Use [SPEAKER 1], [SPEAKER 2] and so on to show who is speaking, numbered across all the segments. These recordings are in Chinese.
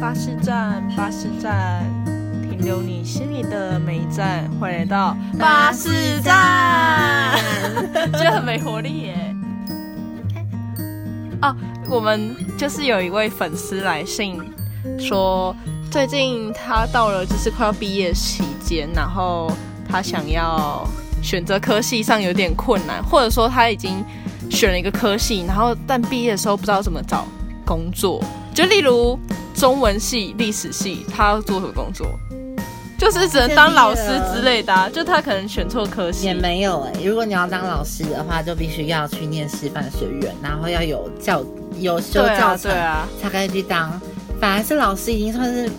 [SPEAKER 1] 巴士站，巴士站，停留你心里的每一站，欢迎来到
[SPEAKER 2] 巴士站，
[SPEAKER 1] 这很没活力耶。哦，我们就是有一位粉丝来信说，最近他到了就是快要毕业期间，然后他想要选择科系上有点困难，或者说他已经选了一个科系，然后但毕业的时候不知道怎么找工作，就例如中文系、历史系，他要做什么工作？就是只能当老师之类的、啊，就他可能选错科系
[SPEAKER 2] 也，没有哎、如果你要当老师的话，就必须要去念师范学院，然后要有教有修
[SPEAKER 1] 对啊
[SPEAKER 2] 教程、
[SPEAKER 1] 对啊，
[SPEAKER 2] 才可以去当。反而是老师已经算是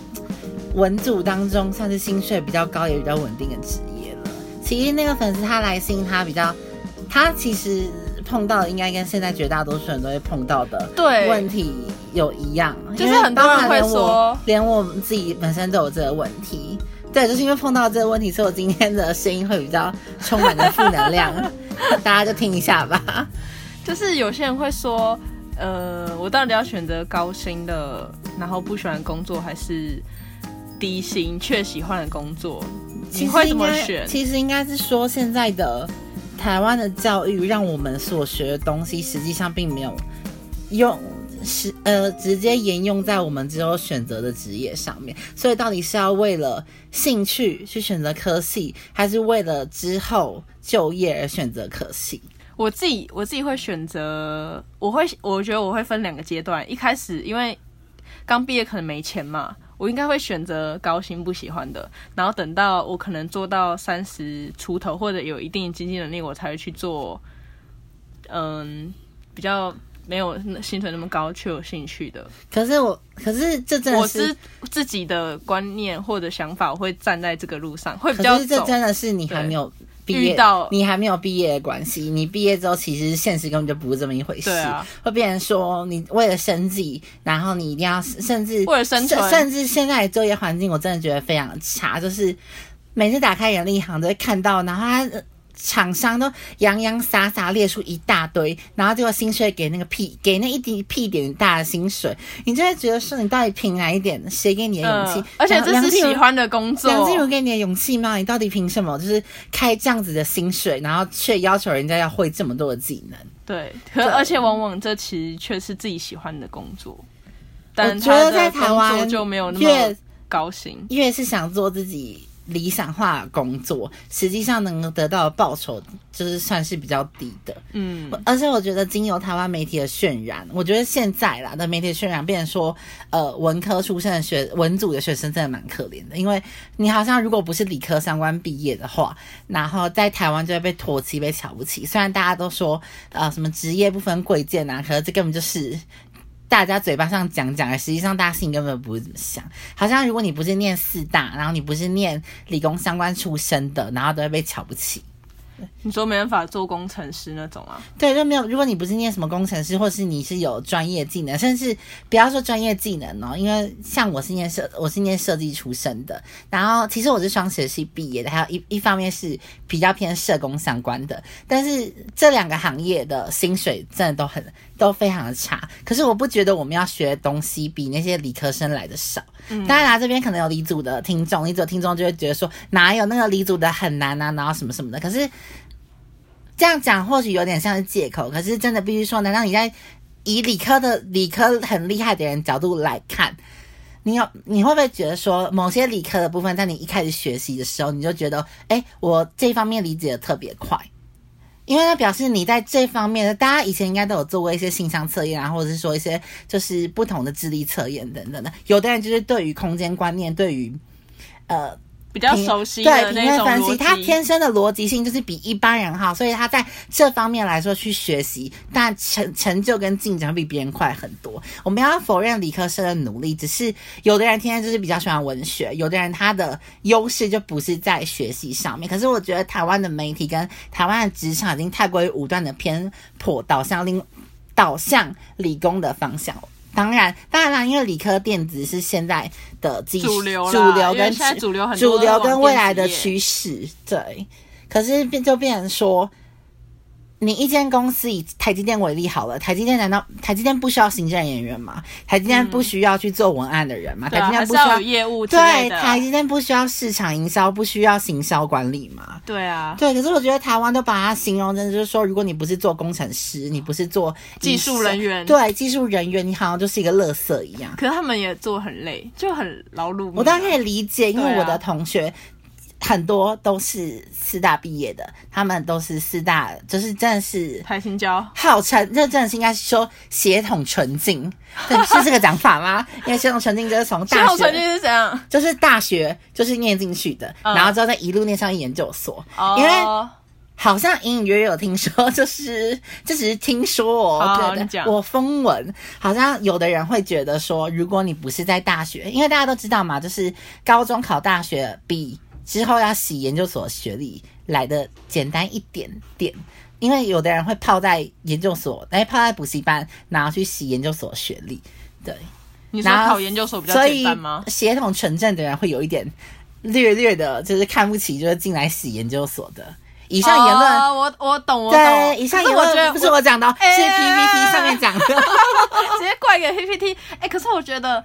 [SPEAKER 2] 文组当中算是薪水比较高也比较稳定的职业了。其实那个粉丝他来信，他比较他其实碰到的应该跟现在绝大多数人都会碰到的
[SPEAKER 1] 对
[SPEAKER 2] 问题有一样，
[SPEAKER 1] 就是
[SPEAKER 2] 因为
[SPEAKER 1] 很多人
[SPEAKER 2] 包含
[SPEAKER 1] 会
[SPEAKER 2] 连我
[SPEAKER 1] 说
[SPEAKER 2] 连我们自己本身都有这个问题。对，就是因为碰到这个问题，所以我今天的声音会比较充满了负 能量，大家就听一下吧。
[SPEAKER 1] 就是有些人会说，呃，我到底要选择高薪的，然后不喜欢的工作，还是低薪却喜欢的工作？
[SPEAKER 2] 其
[SPEAKER 1] 你
[SPEAKER 2] 实
[SPEAKER 1] 会怎
[SPEAKER 2] 应
[SPEAKER 1] 么
[SPEAKER 2] 该，
[SPEAKER 1] 选？
[SPEAKER 2] 其实应该是说，现在的台湾的教育让我们所学的东西，实际上并没有用是呃直接沿用在我们之后选择的职业上面。所以，到底是要为了兴趣去选择科系，还是为了之后就业而选择科系？
[SPEAKER 1] 我自己我自己会选择，我会我觉得我会分两个阶段。一开始因为刚毕业可能没钱嘛，我应该会选择高薪不喜欢的，然后等到我可能做到三十出头或者有一定经济能力，我才会去做，嗯，比较没有薪水那么高却有兴趣的。
[SPEAKER 2] 可是我，可是这真
[SPEAKER 1] 我
[SPEAKER 2] 的
[SPEAKER 1] 是自己的观念或者想法，我会站在这个路上，会比较
[SPEAKER 2] 可是这
[SPEAKER 1] 走。
[SPEAKER 2] 真的是你还没有毕业，
[SPEAKER 1] 遇到
[SPEAKER 2] 你还没有毕业的关系。你毕业之后，其实现实根本就不是这么一回事，
[SPEAKER 1] 对啊
[SPEAKER 2] 会变成说你为了生计，然后你一定要甚至
[SPEAKER 1] 为了生存
[SPEAKER 2] 甚甚至现在的就业环境，我真的觉得非常差，就是每次打开人力行都会看到，然后他。呃厂商都洋洋洒洒列出一大堆，然后结果薪水给那个屁给那一滴屁点大的薪水，你就会觉得说你到底凭哪一点？谁给你的勇气？
[SPEAKER 1] 嗯，而且
[SPEAKER 2] 梁
[SPEAKER 1] 这是
[SPEAKER 2] 梁静茹
[SPEAKER 1] 喜欢的工作。
[SPEAKER 2] 梁静茹给你的勇气吗？你到底凭什么？就是开这样子的薪水，然后却要求人家要会这么多的技能？
[SPEAKER 1] 对，可而且往往这其实却是自己喜欢的工作，但
[SPEAKER 2] 我觉
[SPEAKER 1] 他
[SPEAKER 2] 得
[SPEAKER 1] 的
[SPEAKER 2] 在台
[SPEAKER 1] 工作
[SPEAKER 2] 湾
[SPEAKER 1] 就没有那
[SPEAKER 2] 越
[SPEAKER 1] 么高薪。
[SPEAKER 2] 越是想做自己理想化的工作，实际上能够得到的报酬就是算是比较低的。
[SPEAKER 1] 嗯，
[SPEAKER 2] 而且我觉得经由台湾媒体的渲染，我觉得现在啦的媒体渲染，变成说，呃，文科出身的学文组的学生真的蛮可怜的，因为你好像如果不是理科相关毕业的话，然后在台湾就会被唾弃、被瞧不起。虽然大家都说，呃，什么职业不分贵贱啊，可是这根本就是。 大家嘴巴上讲讲，实际上大家心里根本不是怎么想。好像如果你不是念四大，然后你不是念理工相关出身的，然后都会被瞧不起。
[SPEAKER 1] 你说没办法做工程师那种啊？
[SPEAKER 2] 对，就没有。如果你不是念什么工程师，或是你是有专业技能，甚至不要说专业技能哦，因为像我是念设，我是念设计出身的。然后其实我是双学系毕业的，还有一一方面是比较偏社工相关的。但是这两个行业的薪水真的都很都非常的差。可是我不觉得我们要学的东西比那些理科生来的少。当然啦、这边可能有理组的听众，理组的听众就会觉得说哪有那个理组的很难啊，然后什么什么的。可是这样讲或许有点像是借口，可是真的必须说，难道你在以理科的理科很厉害的人角度来看，你有你会不会觉得说，某些理科的部分，在你一开始学习的时候，你就觉得，哎，我这方面理解的特别快，因为那表示你在这方面的，大家以前应该都有做过一些性向测验啊，或者是说一些就是不同的智力测验等等的。有的人就是对于空间观念，对于呃
[SPEAKER 1] 比较
[SPEAKER 2] 评
[SPEAKER 1] 熟悉
[SPEAKER 2] 对
[SPEAKER 1] 的
[SPEAKER 2] 评
[SPEAKER 1] 那
[SPEAKER 2] 论
[SPEAKER 1] 种
[SPEAKER 2] 分析，他
[SPEAKER 1] 逻辑，
[SPEAKER 2] 天生的逻辑性就是比一般人好，所以他在这方面来说去学习，但成成就跟进展比别人快很多。我们要否认理科生的努力，只是有的人天生就是比较喜欢文学，有的人他的优势就不是在学习上面。可是我觉得台湾的媒体跟台湾的职场已经太过于武断的偏颇，导向另导向理工的方向。当然，当然啦，因为理科电子是现在的技术
[SPEAKER 1] 主流啦
[SPEAKER 2] 主流
[SPEAKER 1] 因为
[SPEAKER 2] 跟
[SPEAKER 1] 现在主流很多
[SPEAKER 2] 主
[SPEAKER 1] 都
[SPEAKER 2] 流
[SPEAKER 1] 往
[SPEAKER 2] 跟未
[SPEAKER 1] 电
[SPEAKER 2] 来
[SPEAKER 1] 子
[SPEAKER 2] 的
[SPEAKER 1] 业
[SPEAKER 2] 趋势，对。可是变就变成说，你一间公司以台积电为例好了，台积电难道台积电不需要行政人员吗？台积电不需要去做文案的人吗？
[SPEAKER 1] 对
[SPEAKER 2] 台积
[SPEAKER 1] 啊，还是
[SPEAKER 2] 电不需
[SPEAKER 1] 要有
[SPEAKER 2] 要
[SPEAKER 1] 业务之类
[SPEAKER 2] 对，
[SPEAKER 1] 的。啊
[SPEAKER 2] 台积电不需要市场营销，不需要行销管理吗？
[SPEAKER 1] 对啊，
[SPEAKER 2] 对，可是我觉得台湾都把它形容成就是说，如果你不是做工程师，你不是做
[SPEAKER 1] 技
[SPEAKER 2] 医
[SPEAKER 1] 术
[SPEAKER 2] 生
[SPEAKER 1] 人员嗯
[SPEAKER 2] 对技术人员，你好像就是一个垃圾一样。
[SPEAKER 1] 可是他们也做很累，就很劳碌命啊。
[SPEAKER 2] 我当然可以理解，因
[SPEAKER 1] 对
[SPEAKER 2] 为
[SPEAKER 1] 啊
[SPEAKER 2] 我的同学很多都是四大毕业的，他们都是四大，就是真的是
[SPEAKER 1] 台青椒，
[SPEAKER 2] 号称这真的是应该是说血统纯净，对，是这个讲法吗？因为血统纯净就是从
[SPEAKER 1] 最
[SPEAKER 2] 大
[SPEAKER 1] 后成绩
[SPEAKER 2] 学。
[SPEAKER 1] 是怎样？
[SPEAKER 2] 就是大学就是念进去的，
[SPEAKER 1] 嗯
[SPEAKER 2] 然后之后再一路念上研究所，
[SPEAKER 1] 哦
[SPEAKER 2] 因为好像隐隐约约有听说，就是这只是听说
[SPEAKER 1] 好
[SPEAKER 2] 哦，
[SPEAKER 1] 你
[SPEAKER 2] 对的
[SPEAKER 1] 讲，
[SPEAKER 2] 我风闻好像有的人会觉得说，如果你不是在大学，因为大家都知道嘛，就是高中考大学比之后要洗研究所的学历来的简单一点点。因为有的人会泡在研究所，哎，泡在补习班，然后去洗研究所的学历，对，
[SPEAKER 1] 你说
[SPEAKER 2] 然后
[SPEAKER 1] 考研究所比较
[SPEAKER 2] 所
[SPEAKER 1] 简
[SPEAKER 2] 以
[SPEAKER 1] 单吗？
[SPEAKER 2] 血统纯正的人会有一点略略的，就是看不起，就是进来洗研究所的。以
[SPEAKER 1] 以
[SPEAKER 2] 上言论
[SPEAKER 1] 哦我我懂，我懂。
[SPEAKER 2] 对，以 上
[SPEAKER 1] 可是
[SPEAKER 2] 言
[SPEAKER 1] 我
[SPEAKER 2] 论
[SPEAKER 1] 觉得
[SPEAKER 2] 不是我讲的哦，
[SPEAKER 1] 哎
[SPEAKER 2] 是 PPT 上面 讲的。
[SPEAKER 1] 直接怪给 PPT。哎、可是我觉得，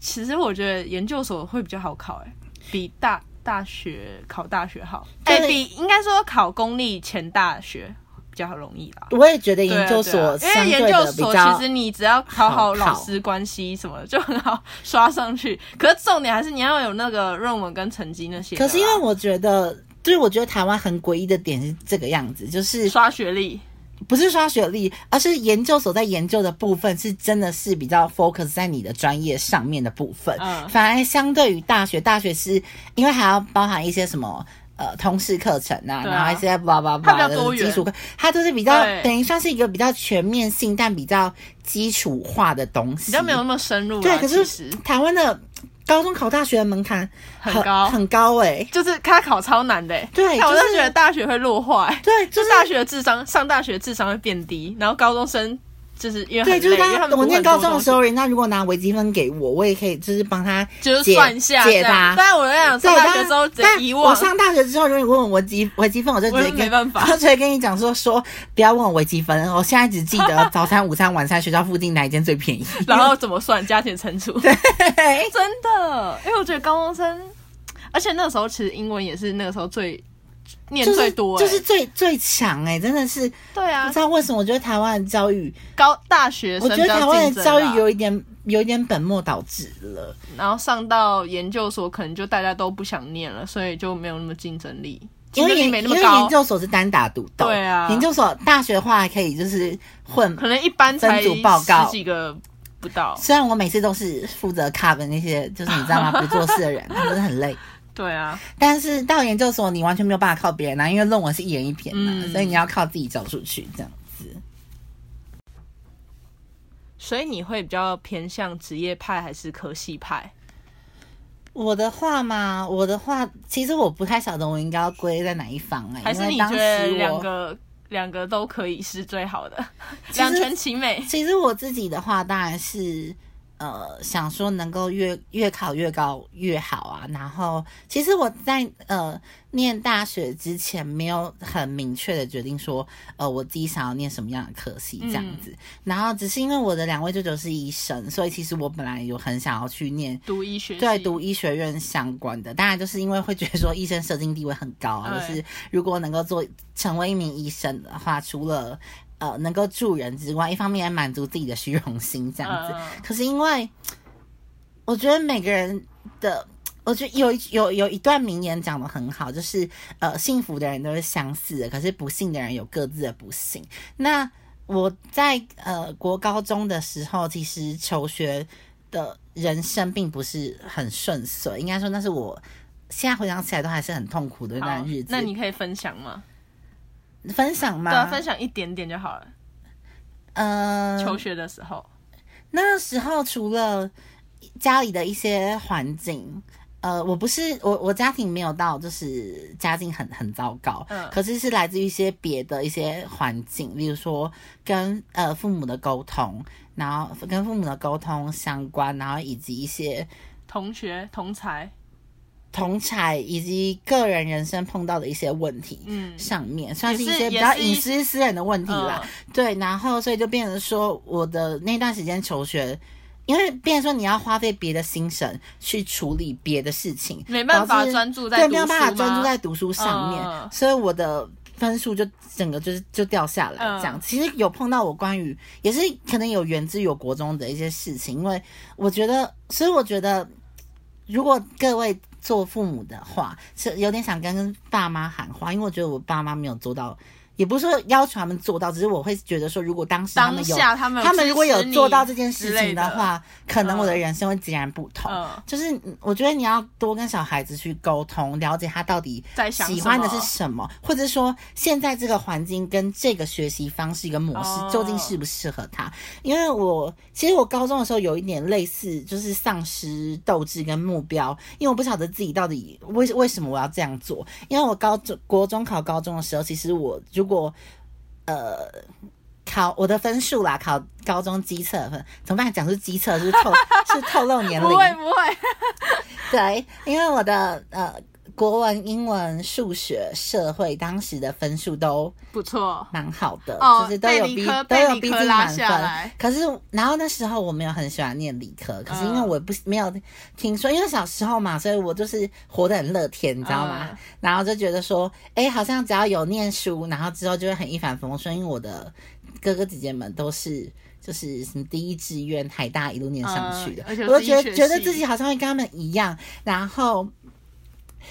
[SPEAKER 1] 其实我觉得研究所会比较好考、哎，比大大学考大学好。哎、
[SPEAKER 2] 对
[SPEAKER 1] 比应该说考公立前大学比较容易啦。
[SPEAKER 2] 我也觉得
[SPEAKER 1] 对啊
[SPEAKER 2] 研究
[SPEAKER 1] 对
[SPEAKER 2] 所
[SPEAKER 1] 啊因
[SPEAKER 2] 相
[SPEAKER 1] 为
[SPEAKER 2] 对
[SPEAKER 1] 研究
[SPEAKER 2] 的比
[SPEAKER 1] 所
[SPEAKER 2] 较
[SPEAKER 1] 其实你只啊要考好
[SPEAKER 2] 好考
[SPEAKER 1] 老师关系什么的，就很好刷上去。可是重点还是你要有那个论文跟成绩那些的
[SPEAKER 2] 可
[SPEAKER 1] 啦。
[SPEAKER 2] 是因为我觉得，就是我觉得台湾很诡异的点是这个样子，就是
[SPEAKER 1] 刷学历，
[SPEAKER 2] 不是刷学历，而是研究所在研究的部分是真的是比较 focus 在你的专业上面的部分，
[SPEAKER 1] 嗯
[SPEAKER 2] 反而相对于大学，大学是因为还要包含一些什么。呃，通识课程啊，
[SPEAKER 1] 对啊
[SPEAKER 2] 然后一些叭叭
[SPEAKER 1] 它
[SPEAKER 2] 叭
[SPEAKER 1] 比较多
[SPEAKER 2] 的
[SPEAKER 1] 元
[SPEAKER 2] 基础课，它就是比较
[SPEAKER 1] 对
[SPEAKER 2] 等于算是一个比较全面性，但比较基础化的东西，
[SPEAKER 1] 比较没有那么深入啦。
[SPEAKER 2] 对，可
[SPEAKER 1] 其
[SPEAKER 2] 是
[SPEAKER 1] 实
[SPEAKER 2] 台湾的高中考大学的门槛
[SPEAKER 1] 很高
[SPEAKER 2] 很高哎、
[SPEAKER 1] 就是他考超难的、哎
[SPEAKER 2] 对
[SPEAKER 1] 看我
[SPEAKER 2] 就
[SPEAKER 1] 就是觉得大学会弱化、哎
[SPEAKER 2] 对，
[SPEAKER 1] 就
[SPEAKER 2] 就
[SPEAKER 1] 是大学的智商，上大学的智商会变低，然后高中生就是因为很
[SPEAKER 2] 对，
[SPEAKER 1] 累
[SPEAKER 2] 就是
[SPEAKER 1] 因为他
[SPEAKER 2] 刚
[SPEAKER 1] 们
[SPEAKER 2] 我
[SPEAKER 1] 读
[SPEAKER 2] 念
[SPEAKER 1] 很
[SPEAKER 2] 高
[SPEAKER 1] 多
[SPEAKER 2] 中的时
[SPEAKER 1] 东
[SPEAKER 2] 候，人家如果拿微积分给我，我也可以就是帮他
[SPEAKER 1] 西，就是
[SPEAKER 2] 解
[SPEAKER 1] 算一下
[SPEAKER 2] 解
[SPEAKER 1] 这样
[SPEAKER 2] 答。
[SPEAKER 1] 但我在想，
[SPEAKER 2] 对
[SPEAKER 1] 上大
[SPEAKER 2] 但
[SPEAKER 1] 学之后直
[SPEAKER 2] 但
[SPEAKER 1] 接遗
[SPEAKER 2] 我
[SPEAKER 1] 忘，
[SPEAKER 2] 上大学之后，如果你问我微积微积分，我就直
[SPEAKER 1] 我
[SPEAKER 2] 接
[SPEAKER 1] 就没
[SPEAKER 2] 跟，
[SPEAKER 1] 办 法。
[SPEAKER 2] 我就直接跟你讲说说不要问我微积分，我现在只记得早餐、午餐、晚餐学校附近哪一间最 便宜。
[SPEAKER 1] 然后怎么算加减乘除？ 真的，因为我觉得高中生，而且那时候其实英文也是那个时候最念
[SPEAKER 2] 就是
[SPEAKER 1] 最多、哎
[SPEAKER 2] 就是最最强哎、真的是
[SPEAKER 1] 对
[SPEAKER 2] 不
[SPEAKER 1] 啊
[SPEAKER 2] 知，道为什么，我觉得台湾的教育，
[SPEAKER 1] 高大学
[SPEAKER 2] 我
[SPEAKER 1] 生
[SPEAKER 2] 觉得
[SPEAKER 1] 比较
[SPEAKER 2] 台湾
[SPEAKER 1] 竞争
[SPEAKER 2] 的
[SPEAKER 1] 啊
[SPEAKER 2] 教育
[SPEAKER 1] 啦
[SPEAKER 2] 有一点有一点本末倒置了。
[SPEAKER 1] 然后上到研究所，可能就大家都不想念了，所以就没有那么竞争力，竞
[SPEAKER 2] 因为
[SPEAKER 1] 争力
[SPEAKER 2] 研
[SPEAKER 1] 没那
[SPEAKER 2] 因
[SPEAKER 1] 么
[SPEAKER 2] 为
[SPEAKER 1] 高
[SPEAKER 2] 研。究所是单打独斗，
[SPEAKER 1] 对啊
[SPEAKER 2] 研究所大学的话还可以就是混。
[SPEAKER 1] 可能一般才
[SPEAKER 2] 分组报告
[SPEAKER 1] 十几个不到。
[SPEAKER 2] 虽然我每次都是负责 cover 那些，就是你知道吗？不做事的人， 他们真的很累。
[SPEAKER 1] 对啊，
[SPEAKER 2] 但是到研究所，你完全没有办法靠别人啊，因为论文是一人一篇嘛，
[SPEAKER 1] 嗯
[SPEAKER 2] 所以你要靠自己走出去这样。
[SPEAKER 1] 所以你会比较偏向职业派还是科系派？
[SPEAKER 2] 我的话嘛，我的话，其实我不太晓得我应该要归在哪一方哎、
[SPEAKER 1] 还是
[SPEAKER 2] 因为
[SPEAKER 1] 你
[SPEAKER 2] 当
[SPEAKER 1] 觉得
[SPEAKER 2] 时
[SPEAKER 1] 两
[SPEAKER 2] 我
[SPEAKER 1] 个两个都可以是最好的，
[SPEAKER 2] 其实
[SPEAKER 1] 两全其美？
[SPEAKER 2] 其实我自己的话，当然是呃想说能够越越考越高越好啊。然后其实我在呃念大学之前，没有很明确的决定说呃我自己想要念什么样的科系这样子。然后只是因为我的两位舅舅是医生，所以其实我本来有很想要去念。
[SPEAKER 1] 读医学系
[SPEAKER 2] 对，读医学院相关的，当然就是因为会觉得说医生社经地位很高啊，就
[SPEAKER 1] 对
[SPEAKER 2] 是如果能够做成为一名医生的话，除了呃能够助人之外，一方面也满足自己的虚荣心这样子。
[SPEAKER 1] 嗯
[SPEAKER 2] 可是因为我觉得每个人的。我觉得有一有有一段名言讲的很好，就是呃，幸福的人都是相似的，可是不幸的人有各自的不幸。那我在呃国高中的时候，其实求学的人生并不是很顺遂，应该说那是我现在回想起来都还是很痛苦的一段
[SPEAKER 1] 好
[SPEAKER 2] 日子。
[SPEAKER 1] 那你可以分享吗？
[SPEAKER 2] 分享吗？
[SPEAKER 1] 对啊，分享一点点就好了。
[SPEAKER 2] 呃，
[SPEAKER 1] 求学的时候，
[SPEAKER 2] 那时候除了家里的一些环境，呃，我不是我我家庭没有到就是家境很很糟糕，
[SPEAKER 1] 嗯
[SPEAKER 2] 可是是来自于一些别的一些环境，例如说跟呃父母的沟通，然后跟父母的沟通相关，然后以及一些
[SPEAKER 1] 同学同才
[SPEAKER 2] 同才以及个人人生碰到的一些问题
[SPEAKER 1] 嗯
[SPEAKER 2] 上面，算是一
[SPEAKER 1] 也是
[SPEAKER 2] 些比
[SPEAKER 1] 也
[SPEAKER 2] 较
[SPEAKER 1] 是一
[SPEAKER 2] 隐私私人的问题啦。
[SPEAKER 1] 嗯
[SPEAKER 2] 对，然后所以就变成说，我的那段时间求学。因为变成说你要花费别的心神去处理别的事情，
[SPEAKER 1] 没办法
[SPEAKER 2] 导致
[SPEAKER 1] 专注在
[SPEAKER 2] 对，
[SPEAKER 1] 读
[SPEAKER 2] 没有办法
[SPEAKER 1] 书
[SPEAKER 2] 专
[SPEAKER 1] 吗
[SPEAKER 2] 注在读书上面，
[SPEAKER 1] 嗯
[SPEAKER 2] 所以我的分数就整个就是就掉下来这样。
[SPEAKER 1] 嗯
[SPEAKER 2] 其实有碰到我关于也是可能有源自于我国中的一些事情，因为我觉得，所以我觉得，如果各位做父母的话，是有点想跟爸妈喊话，因为我觉得我爸妈没有做到。也不是说要求他们做到，只是我会觉得说，如果当时他
[SPEAKER 1] 当
[SPEAKER 2] 们有
[SPEAKER 1] 下他们
[SPEAKER 2] 他们如果有
[SPEAKER 1] 支持
[SPEAKER 2] 做到
[SPEAKER 1] 你
[SPEAKER 2] 这件事
[SPEAKER 1] 之类
[SPEAKER 2] 情的
[SPEAKER 1] 的，
[SPEAKER 2] 话，可能我的人生会截然不同。
[SPEAKER 1] 嗯
[SPEAKER 2] 就是嗯我觉得你要多跟小孩子去沟通，了解他到底
[SPEAKER 1] 在想
[SPEAKER 2] 喜
[SPEAKER 1] 什
[SPEAKER 2] 欢的
[SPEAKER 1] 么
[SPEAKER 2] 是什么，或者说现在这个环境跟这个学习方式跟模式
[SPEAKER 1] 哦
[SPEAKER 2] 究竟适不适合他。因为我其实我高中的时候有一点类似，就是丧失斗志跟目标，因为我不晓得自己到底为为什么我要这样做。因为我高中国中考高中的时候，其实我如果呃考我的分数啦，考高中机测分，怎么办？讲出机测是透 是透露年
[SPEAKER 1] 不会
[SPEAKER 2] 龄，
[SPEAKER 1] 不会，
[SPEAKER 2] 对，因为我的呃国文、英文、数学、社会当时的分数都
[SPEAKER 1] 不错，
[SPEAKER 2] 蛮好的，
[SPEAKER 1] 哦
[SPEAKER 2] 就是都有
[SPEAKER 1] 被理
[SPEAKER 2] 逼
[SPEAKER 1] 科
[SPEAKER 2] 都
[SPEAKER 1] 被
[SPEAKER 2] 有
[SPEAKER 1] 理
[SPEAKER 2] 逼
[SPEAKER 1] 科
[SPEAKER 2] 近
[SPEAKER 1] 拉
[SPEAKER 2] 满
[SPEAKER 1] 下
[SPEAKER 2] 分
[SPEAKER 1] 来。
[SPEAKER 2] 可是，然后那时候我没有很喜欢念理科，可是因为
[SPEAKER 1] 嗯
[SPEAKER 2] 我不没有听说，因为小时候嘛，所以我就是活得很乐天，你知道吗？
[SPEAKER 1] 嗯
[SPEAKER 2] 然后就觉得说，哎，好像只要有念书，然后之后就会很一帆风顺，因为我的哥哥姐姐们都是。就是什么第一志愿海大一路念上去的，
[SPEAKER 1] 嗯而且
[SPEAKER 2] 我
[SPEAKER 1] 我自己
[SPEAKER 2] 就觉得
[SPEAKER 1] 学
[SPEAKER 2] 觉得
[SPEAKER 1] 系
[SPEAKER 2] 自己好像会跟他们一样，然后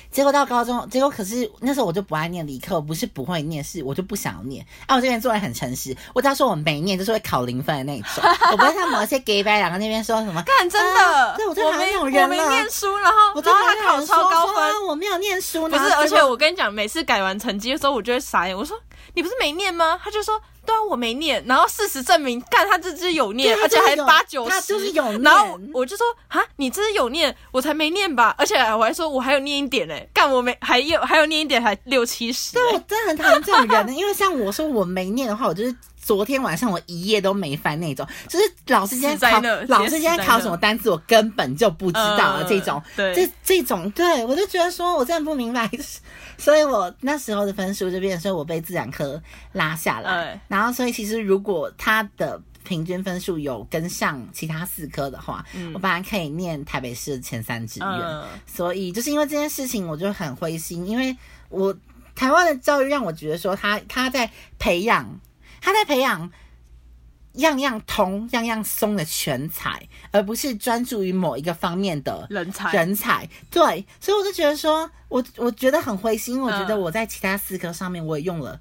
[SPEAKER 2] 结果到高中，结果可是那时候我就不爱念理科，我不是不会念，是我就不想念。啊，我这个人做人很诚实，我只要说我没念，就是会考零分的那一种。 我不会像某些 gay 白，然后那边说什么。
[SPEAKER 1] 干真的，
[SPEAKER 2] 啊对我最
[SPEAKER 1] 我
[SPEAKER 2] 讨厌
[SPEAKER 1] 没
[SPEAKER 2] 那种
[SPEAKER 1] 我
[SPEAKER 2] 人
[SPEAKER 1] 没
[SPEAKER 2] 了
[SPEAKER 1] 念书，然后
[SPEAKER 2] 我
[SPEAKER 1] 然
[SPEAKER 2] 真
[SPEAKER 1] 后
[SPEAKER 2] 的
[SPEAKER 1] 他
[SPEAKER 2] 很
[SPEAKER 1] 啊考
[SPEAKER 2] 想
[SPEAKER 1] 超
[SPEAKER 2] 说
[SPEAKER 1] 高
[SPEAKER 2] 说
[SPEAKER 1] 分
[SPEAKER 2] 啊，我没有念书，
[SPEAKER 1] 不
[SPEAKER 2] 然后
[SPEAKER 1] 是，而
[SPEAKER 2] 结
[SPEAKER 1] 且
[SPEAKER 2] 果
[SPEAKER 1] 我跟你讲，每次改完成绩的时候，我就会傻眼。我说：“你不是没念吗？”他就说：“对啊，我没念。”然后事实证明，干他这只有念，
[SPEAKER 2] 对
[SPEAKER 1] 而且还八
[SPEAKER 2] 他就是有
[SPEAKER 1] 九
[SPEAKER 2] 他
[SPEAKER 1] 十，
[SPEAKER 2] 就是有念
[SPEAKER 1] 然后我就说：“啊，你这是有念，我才没念吧？”而且我还说：“我还有念一点嘞、欸干我没还有还有念一点，还六七十、
[SPEAKER 2] 对
[SPEAKER 1] 欸。
[SPEAKER 2] 我真的很讨厌这种人，因为像我说我没念的话，我就是昨天晚上我一夜都没翻那种，就是老师今天
[SPEAKER 1] 死在
[SPEAKER 2] 考
[SPEAKER 1] 那
[SPEAKER 2] 老师
[SPEAKER 1] 直
[SPEAKER 2] 今
[SPEAKER 1] 接死
[SPEAKER 2] 天
[SPEAKER 1] 在
[SPEAKER 2] 考
[SPEAKER 1] 那
[SPEAKER 2] 什么单词，我根本就不知道了、
[SPEAKER 1] 嗯
[SPEAKER 2] 这种，
[SPEAKER 1] 对
[SPEAKER 2] 这这种，对我就觉得说我真的不明白， 所以我那时候的分数就变成说我被自然科拉下来，
[SPEAKER 1] 哎
[SPEAKER 2] 然后所以其实如果他的。平均分数有跟上其他四科的话，我本来可以念台北市的前三志愿，
[SPEAKER 1] 嗯，
[SPEAKER 2] 所以就是因为这件事情，我就很灰心，因为我台湾的教育让我觉得说他他在培养他在培养样样通样样松的全才，而不是专注于某一个方面的
[SPEAKER 1] 人才
[SPEAKER 2] 人才。对，所以我就觉得说我我觉得很灰心，因为我觉得
[SPEAKER 1] 嗯
[SPEAKER 2] 我在其他四科上面我也用了。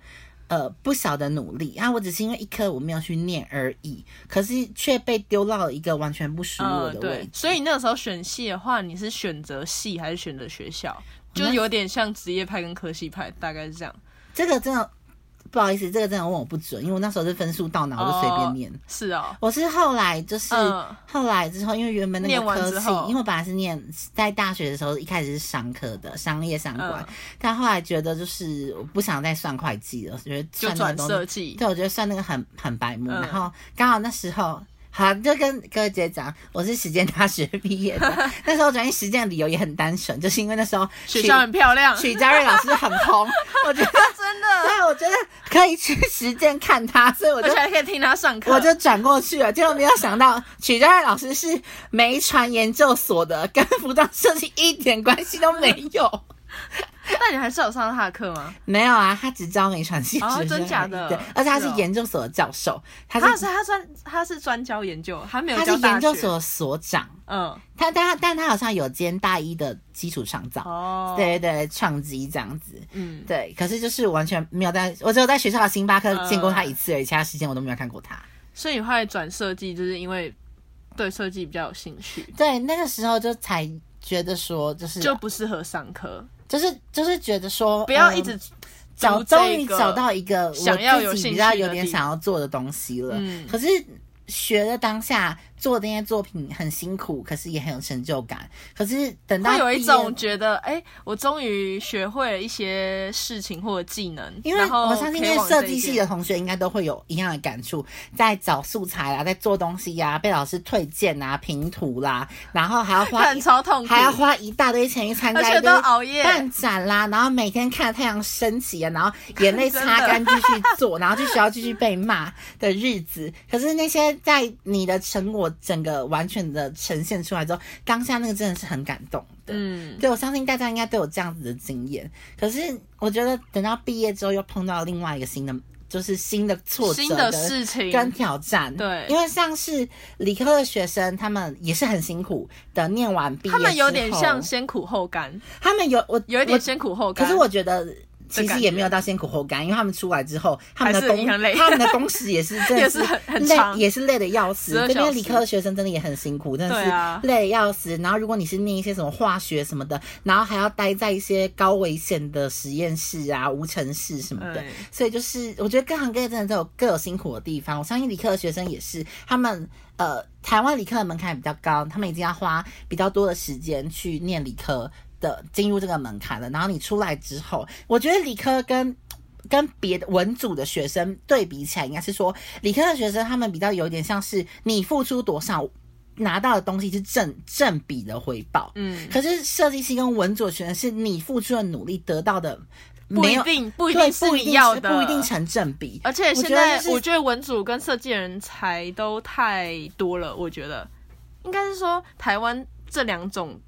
[SPEAKER 2] 呃，不小的努力啊，我只是因为一科我没有去念而已，可是却被丢到了一个完全不属于我
[SPEAKER 1] 嗯，
[SPEAKER 2] 的位置
[SPEAKER 1] 对。。所以那个时候选系的话，你是选择系还是选择学校？就
[SPEAKER 2] 那
[SPEAKER 1] 有点像职业派跟科系派，大概是这样。
[SPEAKER 2] 这个真的不好意思，这个真的问我不准，因为我那时候是分数到哪我就随便念。
[SPEAKER 1] 哦是哦，
[SPEAKER 2] 我是后来就是、
[SPEAKER 1] 嗯
[SPEAKER 2] 后来之后，因为原本那
[SPEAKER 1] 念
[SPEAKER 2] 个
[SPEAKER 1] 完
[SPEAKER 2] 科
[SPEAKER 1] 之
[SPEAKER 2] 系
[SPEAKER 1] 后，
[SPEAKER 2] 因为我本来是念在大学的时候，一开始是商科的，商业相关，
[SPEAKER 1] 嗯
[SPEAKER 2] 但后来觉得就是我不想再算会计了，我觉得
[SPEAKER 1] 就
[SPEAKER 2] 算那个
[SPEAKER 1] 转
[SPEAKER 2] 东西
[SPEAKER 1] 设计。
[SPEAKER 2] 对，我觉得算那个很很白目。
[SPEAKER 1] 嗯
[SPEAKER 2] 然后刚好那时候，好就跟各位姐讲，我是实践大学毕 业的，那时候转进实践的理由也很单纯，就是因为那时候
[SPEAKER 1] 学
[SPEAKER 2] 许
[SPEAKER 1] 校很漂亮，
[SPEAKER 2] 许家瑞老师很红，我觉得
[SPEAKER 1] 真 的，
[SPEAKER 2] 对，我觉得可以去实践看他，所以我
[SPEAKER 1] 而
[SPEAKER 2] 就
[SPEAKER 1] 且还可以听他上课。
[SPEAKER 2] 我就转过去了。结果没有想到，曲家瑞老师是梅传研究所的，跟服装设计一点关系都没 有。
[SPEAKER 1] 那你还是有上他的课吗？
[SPEAKER 2] 没有啊，他只教梅传系
[SPEAKER 1] 哦
[SPEAKER 2] 直升
[SPEAKER 1] 真假的
[SPEAKER 2] 对，而且他是
[SPEAKER 1] 是哦
[SPEAKER 2] 研究所的教授，他
[SPEAKER 1] 他
[SPEAKER 2] 是
[SPEAKER 1] 是他专他是专教研究，他没有
[SPEAKER 2] 他
[SPEAKER 1] 教
[SPEAKER 2] 是
[SPEAKER 1] 大
[SPEAKER 2] 研究
[SPEAKER 1] 学
[SPEAKER 2] 所的所长。
[SPEAKER 1] 嗯
[SPEAKER 2] 他但他但他好像有兼大一的基础创造，
[SPEAKER 1] 哦，
[SPEAKER 2] 对对对，创基这样子。
[SPEAKER 1] 嗯，
[SPEAKER 2] 对，可是就是完全没有在，我只有在学校的星巴克
[SPEAKER 1] 嗯
[SPEAKER 2] 见过他一次而已，其他时间我都没有看过他。
[SPEAKER 1] 所以你后来转设计，就是因为对设计比较有兴趣，
[SPEAKER 2] 对，那个时候就才觉得说，就是啊
[SPEAKER 1] 就
[SPEAKER 2] 就
[SPEAKER 1] 不适合上课，
[SPEAKER 2] 是就是觉得说，
[SPEAKER 1] 不要
[SPEAKER 2] 嗯
[SPEAKER 1] 一直
[SPEAKER 2] 找，
[SPEAKER 1] 读这
[SPEAKER 2] 终于
[SPEAKER 1] 个
[SPEAKER 2] 找到一个我
[SPEAKER 1] 想要有
[SPEAKER 2] 自己
[SPEAKER 1] 兴
[SPEAKER 2] 比较
[SPEAKER 1] 趣
[SPEAKER 2] 有
[SPEAKER 1] 的
[SPEAKER 2] 点
[SPEAKER 1] 地
[SPEAKER 2] 想要做的东西了。
[SPEAKER 1] 嗯
[SPEAKER 2] 可是学的当下做那些作品很辛苦，可是也很有成就感。可是等到
[SPEAKER 1] 会有一
[SPEAKER 2] 毕业
[SPEAKER 1] 种觉得，哎、我终于学会了一些事情或者技能，
[SPEAKER 2] 因为
[SPEAKER 1] 然后
[SPEAKER 2] 我相信，
[SPEAKER 1] 可以
[SPEAKER 2] 念
[SPEAKER 1] 往
[SPEAKER 2] 设
[SPEAKER 1] 这一
[SPEAKER 2] 计系
[SPEAKER 1] 边
[SPEAKER 2] 的同学应该都会有一样的感触，在找素材啊啦，在做东西呀、被老师推荐啊、评图啦，然后还要花
[SPEAKER 1] 看超痛苦，
[SPEAKER 2] 还要花一大堆钱去参
[SPEAKER 1] 而
[SPEAKER 2] 加
[SPEAKER 1] 且
[SPEAKER 2] 一
[SPEAKER 1] 都
[SPEAKER 2] 堆
[SPEAKER 1] 熬夜，
[SPEAKER 2] 办展啦，然后每天看太阳升起啊，然后眼泪
[SPEAKER 1] 真的
[SPEAKER 2] 擦干继续做， 然后去学校继续被骂的日子。可是那些在你的成果整个完全的呈现出来之后，当下那个真的是很感动的。
[SPEAKER 1] 嗯，
[SPEAKER 2] 对，我相信大家应该都有这样子的经验。可是我觉得等到毕业之后，又碰到另外一个新的，就是新的挫折、
[SPEAKER 1] 新的事情，
[SPEAKER 2] 跟挑战。
[SPEAKER 1] 对
[SPEAKER 2] 因为像是理科的学生，他们也是很辛苦的，念完毕业
[SPEAKER 1] 他们有
[SPEAKER 2] 之
[SPEAKER 1] 点
[SPEAKER 2] 后
[SPEAKER 1] 像先苦后甘，
[SPEAKER 2] 他们有我
[SPEAKER 1] 有一点
[SPEAKER 2] 我
[SPEAKER 1] 先苦后
[SPEAKER 2] 可
[SPEAKER 1] 甘。
[SPEAKER 2] 是我觉得。
[SPEAKER 1] 的
[SPEAKER 2] 其实
[SPEAKER 1] 感
[SPEAKER 2] 也
[SPEAKER 1] 觉
[SPEAKER 2] 没有到先苦后甘，因为他们出来之后，他们的
[SPEAKER 1] 还是
[SPEAKER 2] 工
[SPEAKER 1] 一样累
[SPEAKER 2] 他们的工时也是真
[SPEAKER 1] 也
[SPEAKER 2] 的
[SPEAKER 1] 是很很
[SPEAKER 2] 累，
[SPEAKER 1] 长
[SPEAKER 2] 也是累的要死。
[SPEAKER 1] 12
[SPEAKER 2] 这
[SPEAKER 1] 小
[SPEAKER 2] 边
[SPEAKER 1] 时
[SPEAKER 2] 理科的学生真的也很辛苦，真的
[SPEAKER 1] 对啊
[SPEAKER 2] 是累的要死。然后如果你是念一些什么化学什么的，然后还要待在一些高危险的实验室啊、无尘室什么的
[SPEAKER 1] 对，
[SPEAKER 2] 所以就是我觉得各行各业真的都有各有辛苦的地方。我相信理科的学生也是，他们呃，台湾理科的门槛比较高，他们已经要花比较多的时间去念理科的进入这个门槛了。然后你出来之后，我觉得理科跟跟别的文组的学生对比起来，应该是说理科的学生他们比较有点像是你付出多少，拿到的东西是正正比的回报。
[SPEAKER 1] 嗯，
[SPEAKER 2] 可是设计系跟文组的学生是你付出的努力得到的，
[SPEAKER 1] 不
[SPEAKER 2] 没
[SPEAKER 1] 一
[SPEAKER 2] 有
[SPEAKER 1] 定，不一
[SPEAKER 2] 对
[SPEAKER 1] 定
[SPEAKER 2] 不一
[SPEAKER 1] 你
[SPEAKER 2] 定
[SPEAKER 1] 要
[SPEAKER 2] 是
[SPEAKER 1] 的，
[SPEAKER 2] 不一定成正比。
[SPEAKER 1] 而且
[SPEAKER 2] 我
[SPEAKER 1] 现
[SPEAKER 2] 觉得
[SPEAKER 1] 在
[SPEAKER 2] 就是
[SPEAKER 1] 我觉得文组跟设计人才都太多了，我觉得应该是说台湾这两种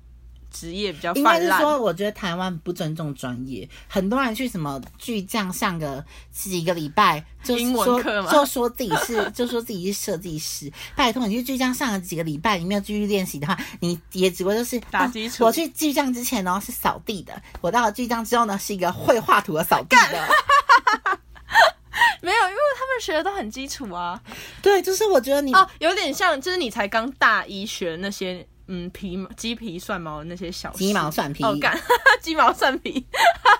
[SPEAKER 1] 职业比较
[SPEAKER 2] 应该
[SPEAKER 1] 泛
[SPEAKER 2] 是
[SPEAKER 1] 滥。
[SPEAKER 2] 说，我觉得台湾不尊重专业，很多人去什么巨匠上个几个礼拜，就是
[SPEAKER 1] 英文
[SPEAKER 2] 说
[SPEAKER 1] 课吗
[SPEAKER 2] 就说自己是 就说自己是设计师。拜托，你去巨匠上了几个礼拜，你没有继续练习的话，你也只不过就是
[SPEAKER 1] 打
[SPEAKER 2] 哦
[SPEAKER 1] 基础
[SPEAKER 2] 我去巨匠之前呢是扫地的，我到了巨匠之后呢是一个会画图的扫地的。
[SPEAKER 1] 没有，因为他们学的都很基础啊。
[SPEAKER 2] 对，就是我觉得你
[SPEAKER 1] 哦，有点像，就是你才刚大一学那些，嗯，皮毛鸡皮蒜毛的那些小事
[SPEAKER 2] 鸡毛蒜皮
[SPEAKER 1] 哦，干 鸡毛蒜皮，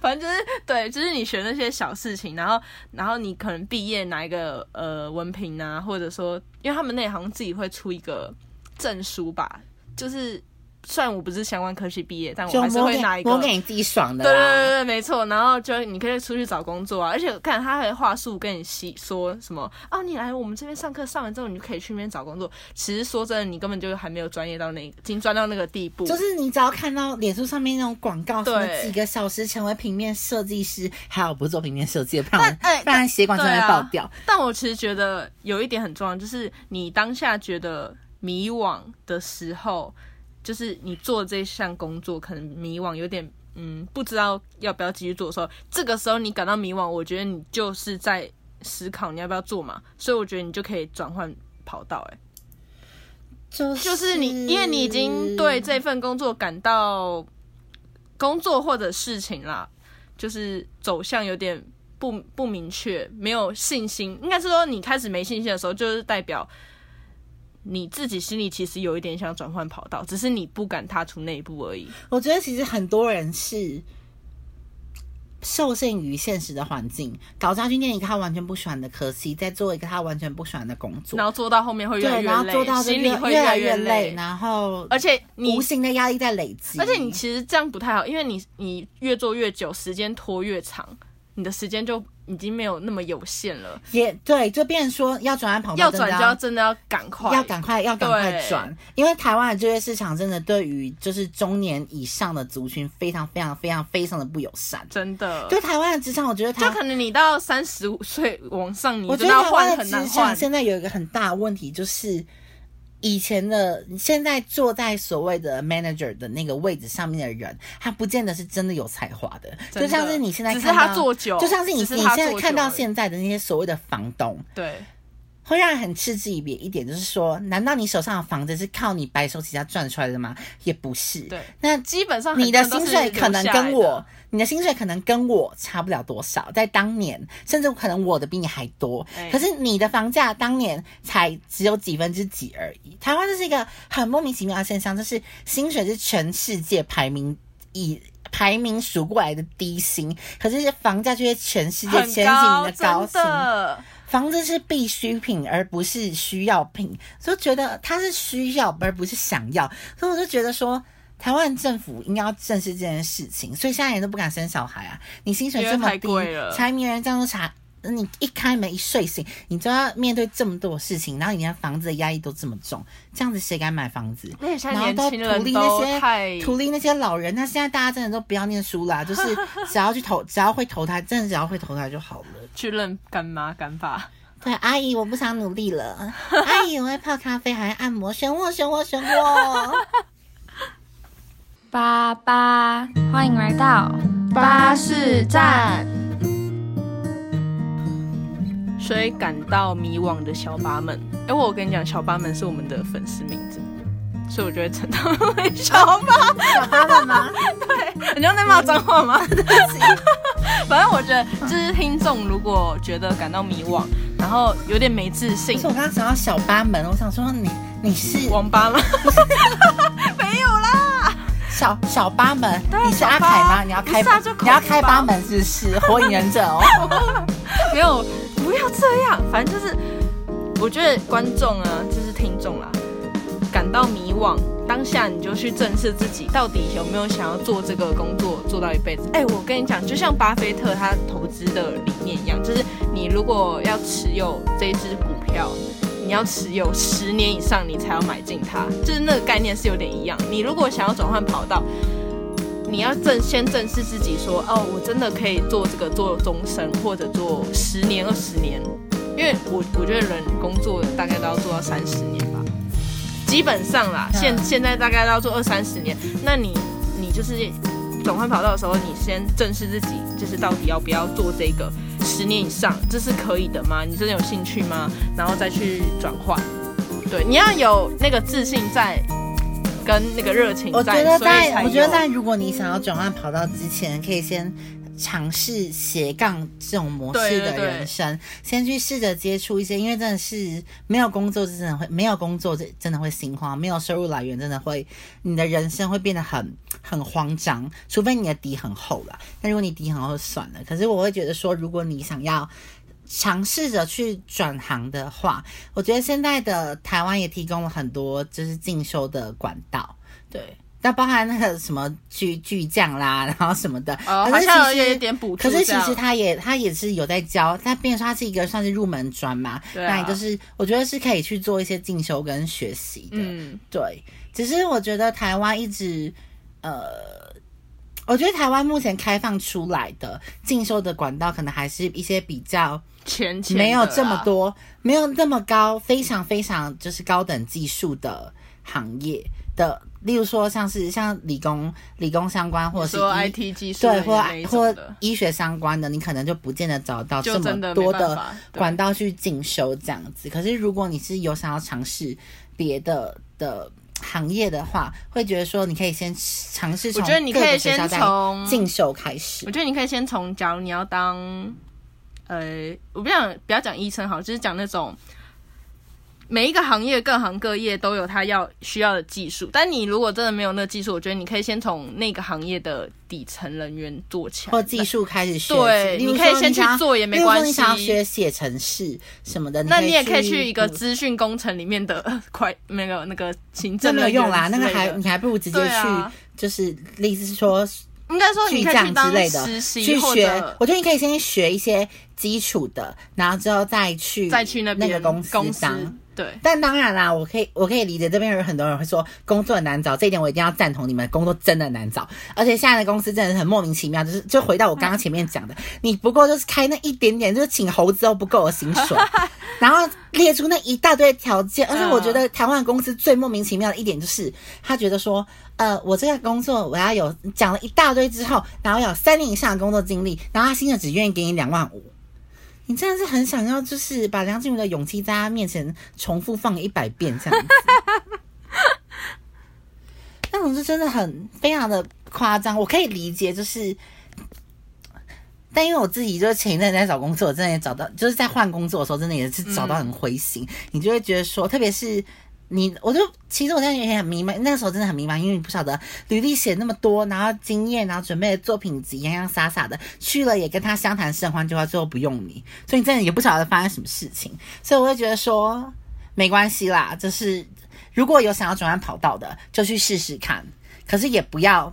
[SPEAKER 1] 反正就是对，就是你学那些小事情，然后然后你可能毕业拿一个呃文凭啊，或者说，因为他们那里好像自己会出一个证书吧，就是虽然我不是相关科系毕业，但我
[SPEAKER 2] 就
[SPEAKER 1] 还是
[SPEAKER 2] 摸
[SPEAKER 1] 会
[SPEAKER 2] 给
[SPEAKER 1] 拿一个
[SPEAKER 2] 摸给你啊自己爽的
[SPEAKER 1] 对对
[SPEAKER 2] 啦。
[SPEAKER 1] 对对，没错。然后就你可以出去找工作啊，而且我看他还话术跟你细说什么啊，你来我们这边上课，上完之后你就可以去那边找工作。其实说真的，你根本就还没有专业到那，已经专到那个地步。
[SPEAKER 2] 就是你只要看到脸书上面那种广告，什
[SPEAKER 1] 对
[SPEAKER 2] 么几个小时成为平面设计师，还好我不做平面设计，不然
[SPEAKER 1] 但哎
[SPEAKER 2] 不然血管真的会爆掉。
[SPEAKER 1] 但我其实觉得有一点很重要，就是你当下觉得迷惘的时候，就是你做这项工作可能迷惘，有点嗯不知道要不要继续做的时候，这个时候你感到迷惘，我觉得你就是在思考你要不要做嘛，所以我觉得你就可以转换跑道、欸，
[SPEAKER 2] 就是
[SPEAKER 1] 就是你，因为你已经对这份工作感到工作或者事情啦，就是走向有点不不明确，没有信心。应该是说你开始没信心的时候，就是代表你自己心里其实有一点想转换跑道，只是你不敢踏出那一步而已。
[SPEAKER 2] 我觉得其实很多人是受限于现实的环境，搞下去念一个他完全不喜欢的科系，再做一个他完全不喜欢的工作
[SPEAKER 1] 然，后做到后面会越来
[SPEAKER 2] 对，
[SPEAKER 1] 越
[SPEAKER 2] 然后
[SPEAKER 1] 累，
[SPEAKER 2] 做到就
[SPEAKER 1] 心里会
[SPEAKER 2] 越来
[SPEAKER 1] 来
[SPEAKER 2] 越
[SPEAKER 1] 累，
[SPEAKER 2] 然后
[SPEAKER 1] 而且你
[SPEAKER 2] 无形的压力在累积，
[SPEAKER 1] 而且你其实这样不太好，因为你你越做越久，时间拖越长，你的时间就已经没有那么有限了。
[SPEAKER 2] 也对，就变成说要转换跑道，
[SPEAKER 1] 要
[SPEAKER 2] 真
[SPEAKER 1] 转
[SPEAKER 2] 的
[SPEAKER 1] 就要真的要赶快，
[SPEAKER 2] 要赶快，要赶快
[SPEAKER 1] 对
[SPEAKER 2] 转，因为台湾的就业市场真的对于就是中年以上的族群非常非常非常非常的不友善。
[SPEAKER 1] 真的。
[SPEAKER 2] 就台湾的职场，我觉得
[SPEAKER 1] 就
[SPEAKER 2] 台
[SPEAKER 1] 可能你到三十五岁往上，你
[SPEAKER 2] 我觉
[SPEAKER 1] 真
[SPEAKER 2] 得
[SPEAKER 1] 的要
[SPEAKER 2] 台
[SPEAKER 1] 换
[SPEAKER 2] 湾的
[SPEAKER 1] 很难
[SPEAKER 2] 职
[SPEAKER 1] 换
[SPEAKER 2] 场。现在有一个很大的问题，就是以前的现在坐在所谓的 manager 的那个位置上面的人，他不见得是真的有才华的，
[SPEAKER 1] 真的
[SPEAKER 2] 就像是你现在
[SPEAKER 1] 只是
[SPEAKER 2] 看
[SPEAKER 1] 他
[SPEAKER 2] 到
[SPEAKER 1] 做久
[SPEAKER 2] 就像是你
[SPEAKER 1] 只是
[SPEAKER 2] 你
[SPEAKER 1] 他
[SPEAKER 2] 现在
[SPEAKER 1] 做
[SPEAKER 2] 看
[SPEAKER 1] 久
[SPEAKER 2] 到
[SPEAKER 1] 而已
[SPEAKER 2] 现在的那些所谓的房东，
[SPEAKER 1] 对，
[SPEAKER 2] 会让人很嗤之以鼻一点，就是说，难道你手上的房子是靠你白手起家赚出来的吗？也不是。
[SPEAKER 1] 对，
[SPEAKER 2] 那
[SPEAKER 1] 基本上很
[SPEAKER 2] 你的
[SPEAKER 1] 多人都
[SPEAKER 2] 薪
[SPEAKER 1] 是
[SPEAKER 2] 水可能
[SPEAKER 1] 留
[SPEAKER 2] 跟
[SPEAKER 1] 下来
[SPEAKER 2] 我
[SPEAKER 1] 的，
[SPEAKER 2] 你的薪水可能跟我差不了多少，在当年，甚至可能我的比你还多。
[SPEAKER 1] 哎
[SPEAKER 2] 可是你的房价当年才只有几分之几而已。台湾这是一个很莫名其妙的现象，就是薪水是全世界排名以。排名数过来的低薪，可是房价却是全世界
[SPEAKER 1] 很
[SPEAKER 2] 前几名
[SPEAKER 1] 高，
[SPEAKER 2] 的高
[SPEAKER 1] 真
[SPEAKER 2] 薪，
[SPEAKER 1] 的
[SPEAKER 2] 房子是必需品，而不是需要品，就觉得它是需要，而不是想要，所以我就觉得说。台湾政府应该要正视这件事情，所以现在人都不敢生小孩啊！你薪水这么低
[SPEAKER 1] 因为太贵，了
[SPEAKER 2] 柴米油盐酱醋茶，你一开门一睡醒，你就要面对这么多事情，然后你连房子的压力都这么重，这样子谁敢买房子？
[SPEAKER 1] 而且现
[SPEAKER 2] 然后
[SPEAKER 1] 在
[SPEAKER 2] 都
[SPEAKER 1] 年轻
[SPEAKER 2] 鼓
[SPEAKER 1] 人
[SPEAKER 2] 励
[SPEAKER 1] 都
[SPEAKER 2] 那
[SPEAKER 1] 太
[SPEAKER 2] 些鼓励那些老人，那现在大家真的都不要念书啦， 就是只要去投，只要会投胎，真的只要会投胎就好了。
[SPEAKER 1] 去认干妈干爸，
[SPEAKER 2] 对，阿姨，我不想努力了。阿姨，我会泡咖啡，还会按摩，选我，选我，选我。
[SPEAKER 3] 八八，欢迎来到巴士站。
[SPEAKER 1] 所以感到迷惘的小八们。哎、我跟你讲，小八们是我们的粉丝名字，所以我就会称他们为小八。
[SPEAKER 2] 哦小八们 吗？
[SPEAKER 1] 你刚刚在骂脏话吗？
[SPEAKER 2] 对不起
[SPEAKER 1] 反正我觉得，就是听众如果觉得感到迷惘，然后有点没自
[SPEAKER 2] 不
[SPEAKER 1] 信
[SPEAKER 2] 是，我刚刚想到小八门，我想说你你是
[SPEAKER 1] 王八 吗？没有啦，
[SPEAKER 2] 小小八门，
[SPEAKER 1] 当然
[SPEAKER 2] 你是
[SPEAKER 1] 小
[SPEAKER 2] 阿
[SPEAKER 1] 八
[SPEAKER 2] 凯吗？你要开
[SPEAKER 1] 不是啊就
[SPEAKER 2] 你要
[SPEAKER 1] 口
[SPEAKER 2] 开
[SPEAKER 1] 八
[SPEAKER 2] 八门是不是？火影忍者哦，
[SPEAKER 1] 没有，不要这样。反正就是，我觉得观众啊，就是听众啦，感到迷惘，当下你就去正视自己到底有没有想要做这个工作，做到一辈子。哎、我跟你讲，就像巴菲特他投资的理念一样，就是你如果要持有这一只股票。你要持有十年以上，你才要买进它，就是那个概念是有点一样。你如果想要转换跑道，你要正先正视自己说哦，我真的可以做这个做终身，或者做十年、二十年，因为我我觉得人工作大概都要做到三十年吧，基本上啦，
[SPEAKER 2] 嗯
[SPEAKER 1] 现现在大概都要做二三十年。那你你就是转换跑道的时候，你先正视自己，就是到底要不要做这个十年以上，这是可以的吗？你真的有兴趣吗？然后再去转换。对，你要有那个自信在，跟那个热情在，
[SPEAKER 2] 我觉得
[SPEAKER 1] 所以
[SPEAKER 2] 在
[SPEAKER 1] 才
[SPEAKER 2] 我觉得
[SPEAKER 1] 有
[SPEAKER 2] 在如果你想要转换跑道之前，可以先。尝试斜杠这种模式
[SPEAKER 1] 对对
[SPEAKER 2] 的
[SPEAKER 1] 对
[SPEAKER 2] 人生，先去试着接触一些，因为真的是没有工作，真的会没有工作，这真的会心慌；没有收入来源，真的会你的人生会变得很很慌张。除非你的底很厚啦，那如果你底很厚就算了。可是我会觉得说，如果你想要尝试着去转行的话，我觉得现在的台湾也提供了很多就是进修的管道，对，那包含那个什么巨巨匠啦，然后什么的，
[SPEAKER 1] 哦，
[SPEAKER 2] 可
[SPEAKER 1] 好
[SPEAKER 2] 是
[SPEAKER 1] 像
[SPEAKER 2] 其
[SPEAKER 1] 有
[SPEAKER 2] 实
[SPEAKER 1] 一点补助
[SPEAKER 2] 可是其
[SPEAKER 1] 这样
[SPEAKER 2] 实他也他也是有在教，他变成说他是一个算是入门专嘛，
[SPEAKER 1] 对
[SPEAKER 2] 那
[SPEAKER 1] 啊
[SPEAKER 2] 也就是我觉得是可以去做一些进修跟学习的，
[SPEAKER 1] 嗯，
[SPEAKER 2] 对，只是我觉得台湾一直，呃，我觉得台湾目前开放出来的进修的管道，可能还是一些比较
[SPEAKER 1] 浅浅的啦
[SPEAKER 2] 没有这么，多，没有那么高，非常非常就是高等技术的行业的，例如说像是像理工理工相关，或者是
[SPEAKER 1] 说
[SPEAKER 2] 医
[SPEAKER 1] IT 技术
[SPEAKER 2] 对，
[SPEAKER 1] 的
[SPEAKER 2] 或
[SPEAKER 1] 那一种
[SPEAKER 2] 或
[SPEAKER 1] 的，
[SPEAKER 2] 医学相关的，你可能就不见得找到
[SPEAKER 1] 就
[SPEAKER 2] 这
[SPEAKER 1] 真的没
[SPEAKER 2] 么多
[SPEAKER 1] 办
[SPEAKER 2] 的
[SPEAKER 1] 法对
[SPEAKER 2] 管道去进修这样子。可是如果你是有想要尝试别的的行业的话，会觉得说你可以先尝试从
[SPEAKER 1] 我觉得你可以
[SPEAKER 2] 各个学
[SPEAKER 1] 先
[SPEAKER 2] 校在
[SPEAKER 1] 从嗯
[SPEAKER 2] 进修开始
[SPEAKER 1] 我。觉得你可以先从，假如你要当，呃，我不想不要讲医生好，就是讲那种。每一个行业、各行各业都有它要需要的技术，但你如果真的没有那个技术，我觉得你可以先从那个行业的底层人员做起来，
[SPEAKER 2] 或技术开始学习，
[SPEAKER 1] 对
[SPEAKER 2] 例如
[SPEAKER 1] 你可以
[SPEAKER 2] 说
[SPEAKER 1] 先去
[SPEAKER 2] 想要
[SPEAKER 1] 做也没
[SPEAKER 2] 例如说
[SPEAKER 1] 关
[SPEAKER 2] 你想要
[SPEAKER 1] 系
[SPEAKER 2] 学写程式什么的，
[SPEAKER 1] 那你也可以去
[SPEAKER 2] 去
[SPEAKER 1] 一个
[SPEAKER 2] 嗯
[SPEAKER 1] 资讯工程里面的 呃快那个那个行
[SPEAKER 2] 这
[SPEAKER 1] 政
[SPEAKER 2] 没有
[SPEAKER 1] 人员
[SPEAKER 2] 用啦，
[SPEAKER 1] 之
[SPEAKER 2] 那个
[SPEAKER 1] 类
[SPEAKER 2] 还
[SPEAKER 1] 的
[SPEAKER 2] 你还不如直接
[SPEAKER 1] 对
[SPEAKER 2] 去，
[SPEAKER 1] 啊
[SPEAKER 2] 就是类似说
[SPEAKER 1] 应该说
[SPEAKER 2] 巨
[SPEAKER 1] 你可以去
[SPEAKER 2] 匠之
[SPEAKER 1] 当
[SPEAKER 2] 类的
[SPEAKER 1] 实习
[SPEAKER 2] 去
[SPEAKER 1] 或
[SPEAKER 2] 学
[SPEAKER 1] 者，
[SPEAKER 2] 我觉得你可以先学一些基础的，然后之后再去
[SPEAKER 1] 再去那
[SPEAKER 2] 那
[SPEAKER 1] 边
[SPEAKER 2] 个公司当。
[SPEAKER 1] 对，
[SPEAKER 2] 但当然啦，我可以我可以理解这边有很多人会说工作很难找，这一点我一定要赞同你们，工作真的难找，而且现在的公司真的是很莫名其妙，就是就回到我刚刚前面讲的，你不过就是开那一点点，就是请猴子都不够的薪水，然后列出那一大堆条件，而且我觉得台湾公司最莫名其妙的一点就是，他觉得说，呃，我这个工作我要有讲了一大堆之后，然后有三年以上的工作经历，然后他薪水只愿意给你两万五。你真的是很想要，就是把梁静茹的勇气在他面前重复放一百遍这样子，那种是真的很非常的夸张，我可以理解，就是。但因为我自己就是前一阵在找工作，真的也找到，就是在换工作的时候，真的也是找到很灰心。你就会觉得说，特别是你我就其实我现在有点很迷茫，那个时候真的很迷茫，因为你不晓得履历写那么多，然后经验，然后准备的作品集洋洋洒洒的去了，也跟他相谈甚欢，结果最后不用你，所以你真的也不晓得发生什么事情，所以我会觉得说没关系啦，就是如果有想要转换跑道的，就去试试看，可是也不要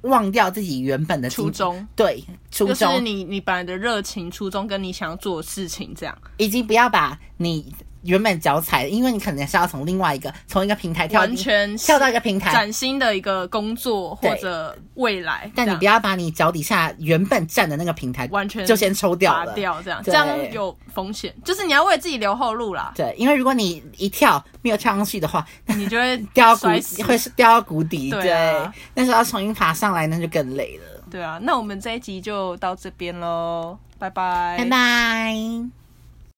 [SPEAKER 2] 忘掉自己原本的经
[SPEAKER 1] 初，衷。
[SPEAKER 2] 对初
[SPEAKER 1] 就
[SPEAKER 2] 衷，
[SPEAKER 1] 是你你本来的热情、初衷跟你想要做的事情，这样
[SPEAKER 2] 以及不要把你原本脚踩，因为你可能是要从另外一个从一个平台跳
[SPEAKER 1] 完全
[SPEAKER 2] 跳到一个平台，
[SPEAKER 1] 崭新的一个工作
[SPEAKER 2] 对
[SPEAKER 1] 或者未来，
[SPEAKER 2] 但你不
[SPEAKER 1] 要
[SPEAKER 2] 要把你脚底下原本站的那个平台
[SPEAKER 1] 完全
[SPEAKER 2] 就先抽掉
[SPEAKER 1] 拔
[SPEAKER 2] 了。
[SPEAKER 1] 掉，这样
[SPEAKER 2] 对
[SPEAKER 1] 这样有风险，就是你要为自己留后路啦，
[SPEAKER 2] 对，因为如果你一跳没有跳上去的话，
[SPEAKER 1] 你就会
[SPEAKER 2] 掉到谷
[SPEAKER 1] 摔死。
[SPEAKER 2] 会是掉到谷底。
[SPEAKER 1] 对啊
[SPEAKER 2] 那时候要重新爬上来，那就更累了。
[SPEAKER 1] 对啊，那我们这一集就到这边喽，拜拜，
[SPEAKER 2] 拜拜。